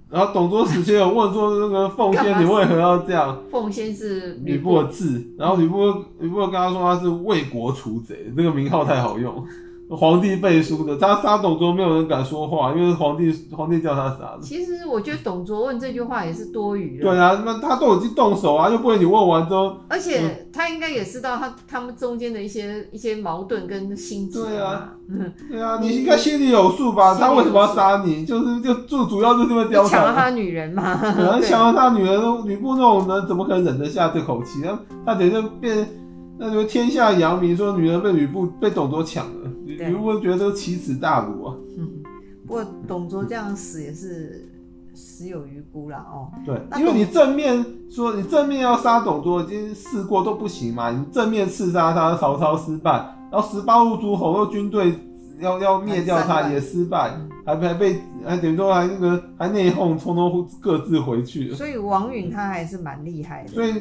[SPEAKER 1] 然后董卓死前有问说那个奉
[SPEAKER 2] 干
[SPEAKER 1] 先
[SPEAKER 2] 嘛
[SPEAKER 1] 你为何要这样？
[SPEAKER 2] 奉先是
[SPEAKER 1] 吕布的字，然后吕布吕布跟他说他是为国除贼，这个名号太好用，皇帝背书的，他杀董卓没有人敢说话，因为皇帝皇帝叫他杀的。
[SPEAKER 2] 其实我觉得董卓问这句话也是多余的，
[SPEAKER 1] 对啊，那他都已经动手啊，又不会你问完之后，
[SPEAKER 2] 而且他应该也知道他他们中间的一些一些矛盾跟心结
[SPEAKER 1] 对啊
[SPEAKER 2] 嘛，嗯
[SPEAKER 1] 对啊，
[SPEAKER 2] 你
[SPEAKER 1] 你应该心里有数吧？
[SPEAKER 2] 心里有
[SPEAKER 1] 他为什么要杀你？就是就就主要就是因为
[SPEAKER 2] 你
[SPEAKER 1] 貂
[SPEAKER 2] 抢
[SPEAKER 1] 蝉
[SPEAKER 2] 了他
[SPEAKER 1] 啊。
[SPEAKER 2] 的女人嘛，
[SPEAKER 1] 可能
[SPEAKER 2] 对
[SPEAKER 1] 抢了他女儿，吕布那种人怎么可能忍得下这口气？那他等于就变，那就天下扬名，说女儿被吕布被董卓抢了，吕
[SPEAKER 2] 对
[SPEAKER 1] 吕布觉得奇耻大辱啊。
[SPEAKER 2] 嗯，不过董卓这样死也是死有余辜啦哦。
[SPEAKER 1] 对
[SPEAKER 2] 那，
[SPEAKER 1] 因为
[SPEAKER 2] 董
[SPEAKER 1] 你正面说你正面要杀董卓，已经试过都不行嘛。你正面刺杀他，曹操失败，然后十八路诸侯的军队要要灭掉
[SPEAKER 2] 还
[SPEAKER 1] 他
[SPEAKER 2] 散乱
[SPEAKER 1] 也失败，还还被还等于说还那个还内讧，匆匆各自回去了。
[SPEAKER 2] 所以王允他还是蛮厉害的，
[SPEAKER 1] 所以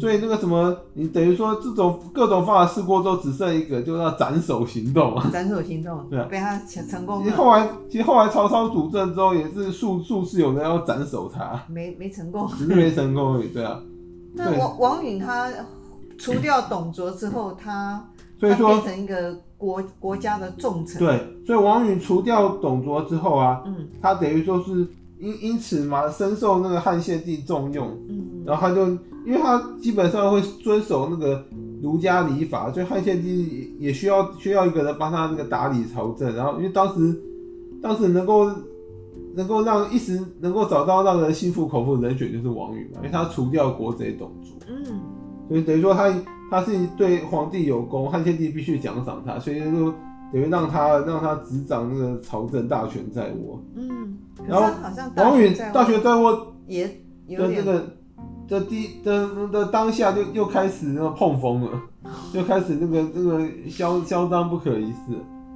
[SPEAKER 1] 所以那个什么，你等于说这种各种方法试过之后，只剩一个，就要斩首行动啊。
[SPEAKER 2] 斩首行动
[SPEAKER 1] 对啊
[SPEAKER 2] 被他成成功
[SPEAKER 1] 其实
[SPEAKER 2] 了，
[SPEAKER 1] 后来，其实后来曹操主政之后，也是术术士有人要斩首他，
[SPEAKER 2] 没没成功。
[SPEAKER 1] 只是没成功而已，对啊。
[SPEAKER 2] 那
[SPEAKER 1] 对
[SPEAKER 2] 王王允他除掉董卓之后，他
[SPEAKER 1] 所以
[SPEAKER 2] 他
[SPEAKER 1] 说，
[SPEAKER 2] 变成一个国国家的重臣，，
[SPEAKER 1] 对，所以王允除掉董卓之后啊，
[SPEAKER 2] 嗯
[SPEAKER 1] 他等于说是因因此嘛，深受那个汉献帝重用，
[SPEAKER 2] 嗯，
[SPEAKER 1] 然后他就因为他基本上会遵守那个儒家礼法，所以汉献帝也也需要需要一个人帮他那个打理朝政，然后因为当时当时能够。能够让一时能够找到让人心服口服的人选就是王允嘛，因为他除掉国贼董卓，
[SPEAKER 2] 嗯，
[SPEAKER 1] 所以等于说他他是对皇帝有功，汉献帝必须奖赏他，所以就等于让他让他执掌那个朝政大权在握。
[SPEAKER 2] 嗯，可是
[SPEAKER 1] 然后
[SPEAKER 2] 他好像
[SPEAKER 1] 王允
[SPEAKER 2] 在
[SPEAKER 1] 大学在握
[SPEAKER 2] 也有
[SPEAKER 1] 的这
[SPEAKER 2] 点
[SPEAKER 1] 个的第的的当下就又开始那个碰风了， 就开始那个那个嚣嚣张不可一世。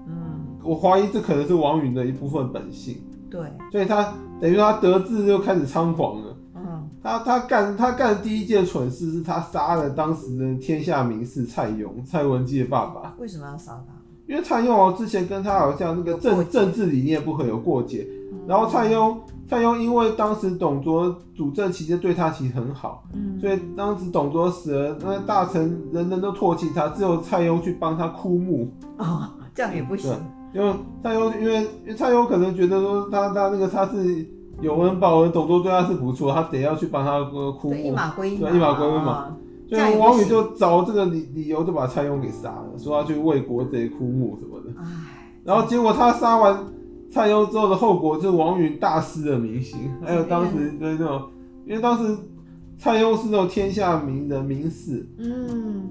[SPEAKER 2] 嗯，
[SPEAKER 1] 我怀疑这可能是王允的一部分本性，
[SPEAKER 2] 对，
[SPEAKER 1] 所以他等于说他得志就开始猖狂了。
[SPEAKER 2] 嗯
[SPEAKER 1] 他他干他干的第一件蠢事是他杀了当时的天下名士蔡邕，蔡文姬的爸爸。
[SPEAKER 2] 为什么要杀他？
[SPEAKER 1] 因为蔡邕哦，之前跟他好像那个
[SPEAKER 2] 有
[SPEAKER 1] 政
[SPEAKER 2] 过节
[SPEAKER 1] 政治理念不合有过节，
[SPEAKER 2] 嗯
[SPEAKER 1] 然后蔡邕蔡邕因为当时董卓主政期间对他其实很好，
[SPEAKER 2] 嗯
[SPEAKER 1] 所以当时董卓死了，那大臣人人都唾弃他，只有蔡邕去帮他哭墓，
[SPEAKER 2] 哦，这样也不行，
[SPEAKER 1] 因为蔡邕因为因为蔡邕可能觉得说他他那个他是有恩报恩，董卓对他是不错，他得要去帮他呃哭
[SPEAKER 2] 对，一
[SPEAKER 1] 墓，
[SPEAKER 2] 码归一码，
[SPEAKER 1] 对一码归一码
[SPEAKER 2] 啊，
[SPEAKER 1] 所以王允就找这个理理由就把蔡邕给杀了，说要去为国贼哭墓什么的。
[SPEAKER 2] 唉，
[SPEAKER 1] 然后结果他杀完蔡邕之后的后果，就是王允大失了民心，还有当时的那种，因为当时蔡邕是那种天下名人名士，
[SPEAKER 2] 嗯，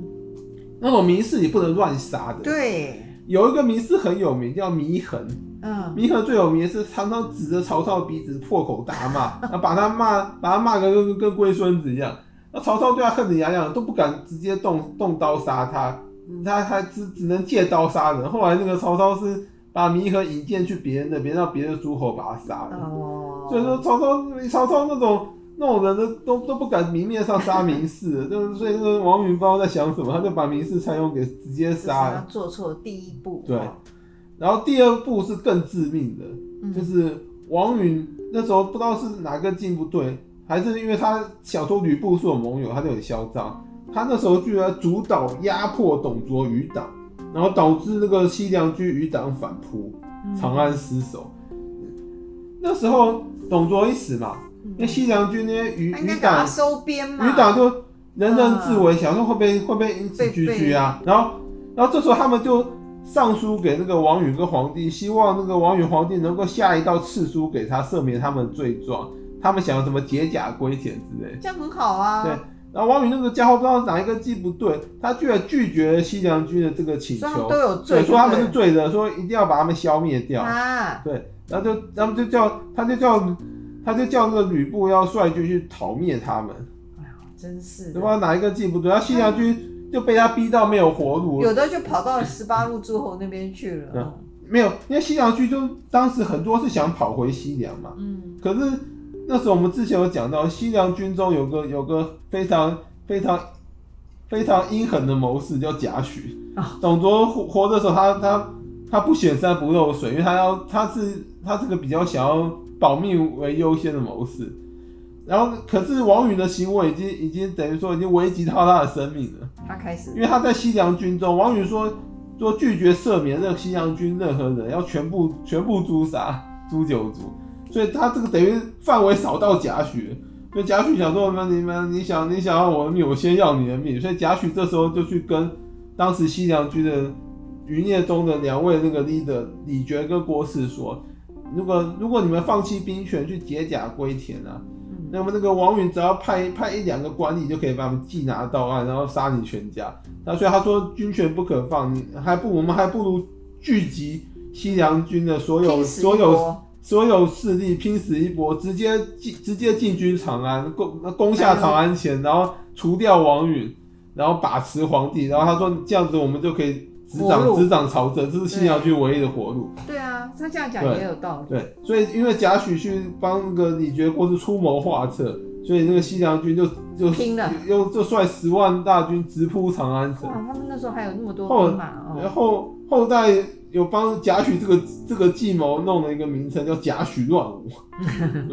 [SPEAKER 1] 那种名士你不能乱杀的。，
[SPEAKER 2] 对，
[SPEAKER 1] 有一个名士很有名，叫祢衡。
[SPEAKER 2] 嗯，
[SPEAKER 1] 祢衡最有名的是常常指着曹操鼻子破口大 骂，然后把他骂，把他骂个跟跟龟孙子一样。那曹操对他恨得牙痒，都不敢直接动动刀杀他，嗯他还只只能借刀杀人。后来那个曹操是把祢衡引荐去别人那边，让别的诸侯把他杀了。
[SPEAKER 2] 哦，
[SPEAKER 1] 所以说曹操曹操那种那种人都都都不敢明面上杀名 士，就是所以那个王允不知道在想什么，他就把名士蔡邕给直接
[SPEAKER 2] 就是啊
[SPEAKER 1] 杀
[SPEAKER 2] 他
[SPEAKER 1] 了。
[SPEAKER 2] 做错第一步，
[SPEAKER 1] 对
[SPEAKER 2] 哦
[SPEAKER 1] 然后第二步是更致命的，就
[SPEAKER 2] 嗯
[SPEAKER 1] 是王允那时候不知道是哪个劲不对，还是因为他小说吕布是我盟友，他就很嚣张。他那时候居然主导压迫董卓余党，然后导致那个西凉军余党反扑，
[SPEAKER 2] 嗯
[SPEAKER 1] 长安失守。那时候董卓一死嘛，
[SPEAKER 2] 嗯
[SPEAKER 1] 因为西凉军那些余
[SPEAKER 2] 他应该
[SPEAKER 1] 余
[SPEAKER 2] 把
[SPEAKER 1] 党
[SPEAKER 2] 他收编嘛，
[SPEAKER 1] 余党就人人自危，想说会被会被因此
[SPEAKER 2] 被
[SPEAKER 1] 拘拘啊。然后，然后这时候他们就上书给那个王允跟皇帝，希望那个王允皇帝能够下一道敕书给他赦免他们罪状。他们想要什么解甲归田之类。
[SPEAKER 2] 这样很好啊，
[SPEAKER 1] 对然后王允那个家伙不知道哪一个计不对，他居然拒绝了西凉军的这个请
[SPEAKER 2] 所以他们
[SPEAKER 1] 求
[SPEAKER 2] 都，有罪
[SPEAKER 1] 对，
[SPEAKER 2] 就对
[SPEAKER 1] 说
[SPEAKER 2] 了，
[SPEAKER 1] 他们是罪人，说一定要把他们消灭掉。
[SPEAKER 2] 啊，
[SPEAKER 1] 对，然后就他们就叫他就叫他就叫那个吕布要率军去讨灭他们。
[SPEAKER 2] 哎呀，真是
[SPEAKER 1] 对
[SPEAKER 2] 的，
[SPEAKER 1] 吧？哪一个记不对？他西凉军就被他逼到没有活路了，
[SPEAKER 2] 有的就跑到十八路诸侯那边去
[SPEAKER 1] 对啊
[SPEAKER 2] 了，
[SPEAKER 1] 没有，因为西凉军就当时很多是想跑回西凉嘛。
[SPEAKER 2] 嗯
[SPEAKER 1] 可是那时候我们之前有讲到，西凉军中有个有个非常非常非常阴狠的谋士叫贾诩
[SPEAKER 2] 啊。
[SPEAKER 1] 董卓活活的时候他，他他不显山不露水，因为他要他是他是个比较想要保命为优先的谋士。然后，可是王允的行为已经已经等于说已经危及到他的生命了。
[SPEAKER 2] 他开始
[SPEAKER 1] 因为他在西凉军中，王允说说拒绝赦免任西洋军任何人，要全部全部诛杀诛九族，所以他这个等于范围扫到贾诩，所以贾诩想说那你们你想你想要我的命，我先要你的命，所以贾诩这时候就去跟当时西凉军的余孽中的两位那个 leader 李觉跟郭汜说，如果如果你们放弃兵权去解甲归田啊，
[SPEAKER 2] 嗯
[SPEAKER 1] 那么那个王允只要派派一两个官吏就可以把我们缉拿到案，然后杀你全家。那所以他说军权不可放，你还不我们还不如聚集西凉军的所有
[SPEAKER 2] 拼死一
[SPEAKER 1] 所有
[SPEAKER 2] 搏
[SPEAKER 1] 所有势力拼死一搏，直接进直接进军长安，攻呃攻下长安前，然后除掉王允，然后把持皇帝。然后他说这样子我们就可以执
[SPEAKER 2] 活
[SPEAKER 1] 掌
[SPEAKER 2] 路
[SPEAKER 1] 执掌朝政，这是西凉军唯一的活路。
[SPEAKER 2] 对啊，他这样讲
[SPEAKER 1] 对
[SPEAKER 2] 也有道理。
[SPEAKER 1] 对，所以因为贾诩去帮那个李觉郭是出谋划策，所以那个西凉军就就
[SPEAKER 2] 拼了
[SPEAKER 1] 又就率十万大军直扑长安城
[SPEAKER 2] 哇，。他们那时候还有那么多
[SPEAKER 1] 后
[SPEAKER 2] 兵马哦
[SPEAKER 1] 然，后后代有帮贾诩这个这个计谋弄了一个名称叫贾诩乱 舞，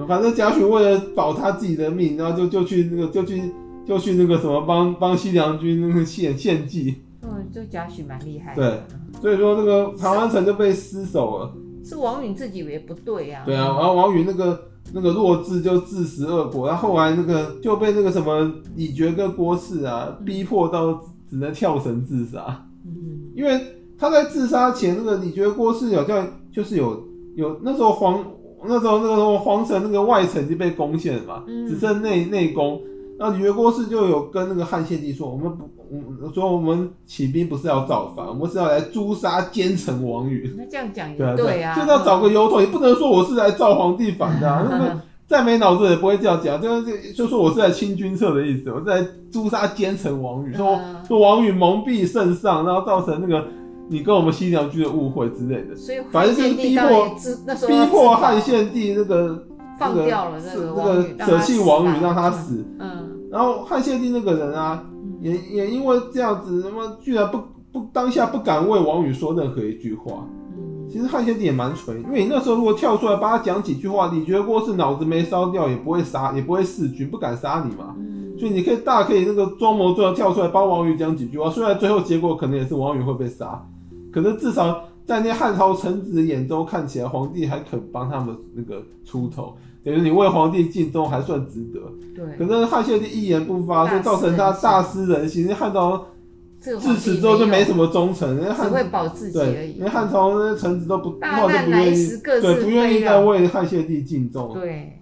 [SPEAKER 1] 反正贾诩为了保他自己的命，然后就就去那个就去就去那个什么帮帮西凉军那个献献计，
[SPEAKER 2] 嗯，就贾诩蛮厉害。
[SPEAKER 1] 对，所以说那个长安城就被失守了。
[SPEAKER 2] 是王允自己以为不对呀、
[SPEAKER 1] 对啊，然后王允那个那个弱智就自食恶果，然后后来那个就被那个什么李觉跟郭汜啊逼迫到只能跳绳自杀，
[SPEAKER 2] 嗯，
[SPEAKER 1] 因为他在自杀前那个李觉郭汜好像就是有有那时候皇那时候那个时候皇城那个外城已经被攻陷了嘛，
[SPEAKER 2] 嗯
[SPEAKER 1] 只剩内内攻。那李觉郭汜就有跟那个汉献帝说，我们不，我们说我们起兵不是要造反，我们是要来诛杀奸臣王允。
[SPEAKER 2] 那这样讲也
[SPEAKER 1] 对啊，
[SPEAKER 2] 对
[SPEAKER 1] 啊
[SPEAKER 2] 啊，
[SPEAKER 1] 就是要找个由头，也不能说我是来造皇帝反的、啊，那个再没脑子也不会这样讲，就是就说我是来清君侧的意思，我是来诛杀奸臣王允，说
[SPEAKER 2] 嗯
[SPEAKER 1] 说王允蒙蔽圣上，然后造成那个你跟我们西凉军的误会之类的，
[SPEAKER 2] 嗯所以
[SPEAKER 1] 反正就是
[SPEAKER 2] 汉献帝
[SPEAKER 1] 逼迫
[SPEAKER 2] 当然也知那时候
[SPEAKER 1] 逼迫汉
[SPEAKER 2] 献
[SPEAKER 1] 献帝那个
[SPEAKER 2] 放掉了那
[SPEAKER 1] 是
[SPEAKER 2] 个
[SPEAKER 1] 那
[SPEAKER 2] 王允
[SPEAKER 1] 个舍弃王允，让他。死，啊
[SPEAKER 2] 嗯，
[SPEAKER 1] 然后汉献帝那个人啊，
[SPEAKER 2] 嗯
[SPEAKER 1] 也也因为这样子，他妈居然不不当下不敢为王允说任何一句话。
[SPEAKER 2] 嗯
[SPEAKER 1] 其实汉献帝也蛮蠢，因为你那时候如果跳出来帮他讲几句话，你觉得郭汜脑子没烧掉，也不会杀，也不会弑君，不敢杀你嘛。
[SPEAKER 2] 嗯
[SPEAKER 1] 所以你可以大可以那个装模作样跳出来帮王允讲几句话，虽然最后结果可能也是王允会被杀，可是至少在那汉朝臣子的眼中看起来，皇帝还肯帮他们那个出头，等于你为皇帝尽忠还算值得。可
[SPEAKER 2] 对，
[SPEAKER 1] 是汉献帝一言不发，就造成他大
[SPEAKER 2] 大
[SPEAKER 1] 失人心。因为汉朝
[SPEAKER 2] 这个
[SPEAKER 1] 自
[SPEAKER 2] 皇
[SPEAKER 1] 此
[SPEAKER 2] 帝
[SPEAKER 1] 之后就没
[SPEAKER 2] 有
[SPEAKER 1] 什么忠诚，因为
[SPEAKER 2] 只
[SPEAKER 1] 汉
[SPEAKER 2] 会保自己而
[SPEAKER 1] 对，
[SPEAKER 2] 已
[SPEAKER 1] 因为。汉朝那些臣子都不，
[SPEAKER 2] 大
[SPEAKER 1] 后来
[SPEAKER 2] 难
[SPEAKER 1] 就不愿
[SPEAKER 2] 来
[SPEAKER 1] 意，
[SPEAKER 2] 时各自
[SPEAKER 1] 对，不愿意
[SPEAKER 2] 飞
[SPEAKER 1] 再
[SPEAKER 2] 了。
[SPEAKER 1] 为汉献帝尽忠。
[SPEAKER 2] 对，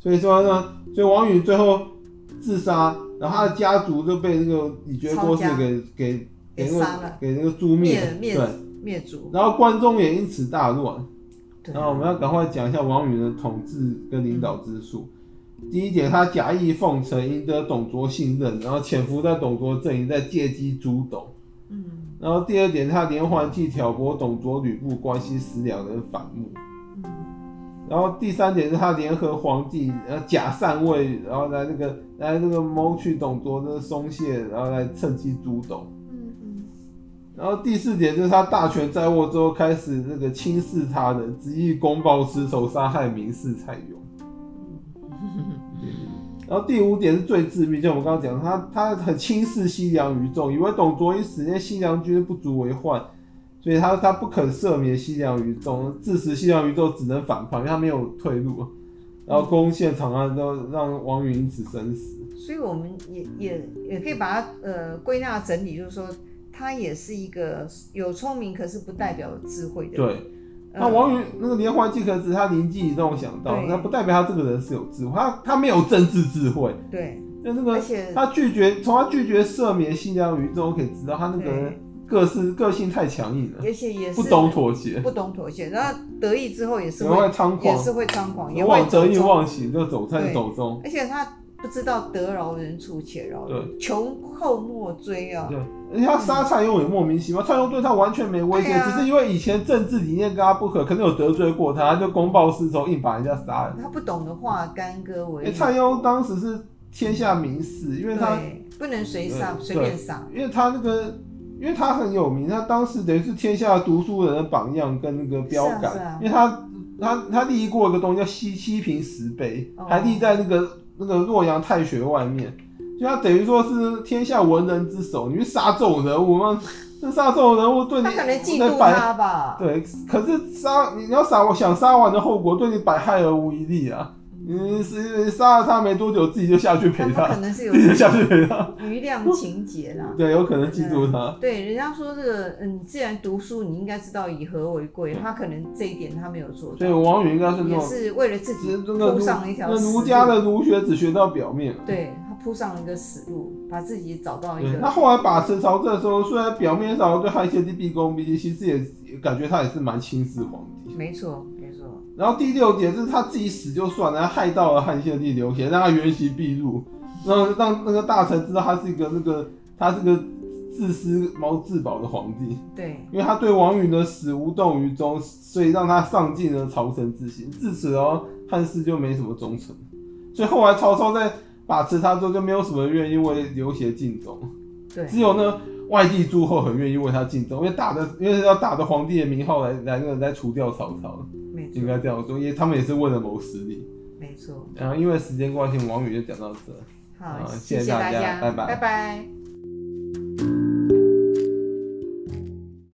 [SPEAKER 1] 所以说呢，所以王允最后自杀，然后他的家族就被那个李觉郭
[SPEAKER 2] 抄家
[SPEAKER 1] 汜给给
[SPEAKER 2] 给
[SPEAKER 1] 那
[SPEAKER 2] 杀
[SPEAKER 1] 个
[SPEAKER 2] 了
[SPEAKER 1] 给那个诛
[SPEAKER 2] 灭
[SPEAKER 1] 对
[SPEAKER 2] 灭，灭族。
[SPEAKER 1] 然后关中也因此大乱。
[SPEAKER 2] 对
[SPEAKER 1] 然后我们要赶快讲一下王允的统治跟领导之术。第一点，他假意奉承，赢得董卓信任，然后潜伏在董卓阵营，再借机诛董。
[SPEAKER 2] 嗯
[SPEAKER 1] 然后第二点，他连环计挑拨董卓、吕布关系，使两人反目。
[SPEAKER 2] 嗯
[SPEAKER 1] 然后第三点是他联合皇帝，呃，假禅位，然后来那个来那个谋取董卓的松懈，然后来趁机诛董。
[SPEAKER 2] 嗯嗯，
[SPEAKER 1] 然后第四点就是他大权在握之后，开始那个轻视他人，执意公报私仇，杀害民事蔡邕。然后第五点是最致命，就我们刚刚讲的，他他很轻视西凉于众，以为董卓一死，那西凉军不足为患，所以他他不肯赦免西凉于众，致使西凉于众只能反叛，因为他没有退路。然后攻陷长安之后，让王允因此生死。
[SPEAKER 2] 所以我们也也也可以把它呃归纳整理，就是说他也是一个有聪明，可是不代表有智慧的人。
[SPEAKER 1] 对，
[SPEAKER 2] 呃，
[SPEAKER 1] 那王允那个连环计可能只是他灵机一动想到，
[SPEAKER 2] 对
[SPEAKER 1] 那不代表他这个人是有智慧，他他没有政治智慧。
[SPEAKER 2] 嗯对，
[SPEAKER 1] 那那
[SPEAKER 2] 而
[SPEAKER 1] 个
[SPEAKER 2] 且
[SPEAKER 1] 他拒绝，从他拒绝赦免西凉于众，可以知道他那个人个性个性太强硬了，
[SPEAKER 2] 而且也是
[SPEAKER 1] 不懂妥协。
[SPEAKER 2] 不懂妥协，然后得意之后也是
[SPEAKER 1] 然后会
[SPEAKER 2] 会
[SPEAKER 1] 猖
[SPEAKER 2] 也
[SPEAKER 1] 狂，
[SPEAKER 2] 是会猖狂，也
[SPEAKER 1] 有
[SPEAKER 2] 会
[SPEAKER 1] 往得意
[SPEAKER 2] 走中
[SPEAKER 1] 忘形，就走在走中。
[SPEAKER 2] 而且他不知道得饶人处且饶人，
[SPEAKER 1] 对
[SPEAKER 2] 穷寇莫追啊
[SPEAKER 1] 对。，而且他杀蔡邕也莫名其妙，蔡邕对他完全没威胁，
[SPEAKER 2] 嗯对啊
[SPEAKER 1] 只是因为以前政治理念跟他不合，可能有得罪过他，他就公报私仇，硬把人家杀了。
[SPEAKER 2] 他不懂得化干戈为
[SPEAKER 1] 因为
[SPEAKER 2] 玉，
[SPEAKER 1] 哎蔡邕当时是天下名士，因为他嗯
[SPEAKER 2] 对，不能随撒
[SPEAKER 1] 对
[SPEAKER 2] 随便撒，
[SPEAKER 1] 因为他那个，因为他很有名，他当时等于是天下读书人的榜样跟那个标杆，
[SPEAKER 2] 是啊是啊
[SPEAKER 1] 因为他他他立过一个东西叫西西平石碑，
[SPEAKER 2] 哦
[SPEAKER 1] 还立在那个那个洛阳太学外面，所以他等于说是天下文人之首，你去杀这种人物，那 那杀手人物对你
[SPEAKER 2] 他可能嫉
[SPEAKER 1] 在
[SPEAKER 2] 妒
[SPEAKER 1] 摆
[SPEAKER 2] 他吧。
[SPEAKER 1] 对，可是杀你要杀我想杀完的后果对你百害而无一利啊！你是杀了他没多久，自己就下去
[SPEAKER 2] 他
[SPEAKER 1] 陪
[SPEAKER 2] 们
[SPEAKER 1] 他
[SPEAKER 2] 可，能 是有
[SPEAKER 1] 自己就下去陪他。
[SPEAKER 2] 余量情节啦。
[SPEAKER 1] 对，有可能记住他。
[SPEAKER 2] 对，人家说这个，嗯，你既然读书，你应该知道以和为贵。他可能这一点他没有做
[SPEAKER 1] 所以
[SPEAKER 2] 到，
[SPEAKER 1] 王允应该是那
[SPEAKER 2] 也
[SPEAKER 1] 种，
[SPEAKER 2] 是为了自己
[SPEAKER 1] 那个
[SPEAKER 2] 铺
[SPEAKER 1] 儒
[SPEAKER 2] 上了一条
[SPEAKER 1] 那
[SPEAKER 2] 死
[SPEAKER 1] 儒
[SPEAKER 2] 路。
[SPEAKER 1] 家的儒学只学到表面。
[SPEAKER 2] 对他铺上了一个死路，把自己找到一
[SPEAKER 1] 对，他
[SPEAKER 2] 个
[SPEAKER 1] 后来把持朝政的时候，虽然表面上对汉献帝毕恭毕敬，其实也也感觉他也是蛮轻视皇帝。
[SPEAKER 2] 没错没错，
[SPEAKER 1] 然后第六点是他自己死就算了，他害到了汉献帝刘协，让他原形毕露，让让那个大臣知道他是一个那个他是个自私毛自保的皇帝，
[SPEAKER 2] 对
[SPEAKER 1] 因为他对王允的死无动于衷，所以让他丧尽了朝臣之心。自此哦，汉室就没什么忠臣，所以后来曹操在把持他之后，就没有什么人愿意为刘协尽忠。
[SPEAKER 2] 对
[SPEAKER 1] 只有呢外地诸侯很愿意为他尽忠，因为打的因为要打着皇帝的名号来来那个来除掉曹操，
[SPEAKER 2] 没
[SPEAKER 1] 应该
[SPEAKER 2] 错
[SPEAKER 1] 这样说，因为他们也是为了谋实力。
[SPEAKER 2] 没错。
[SPEAKER 1] 然后因为时间关系，王宇就讲到这。
[SPEAKER 2] 好，
[SPEAKER 1] 好
[SPEAKER 2] 谢
[SPEAKER 1] 谢谢大
[SPEAKER 2] 大
[SPEAKER 1] 家拜拜
[SPEAKER 2] 拜拜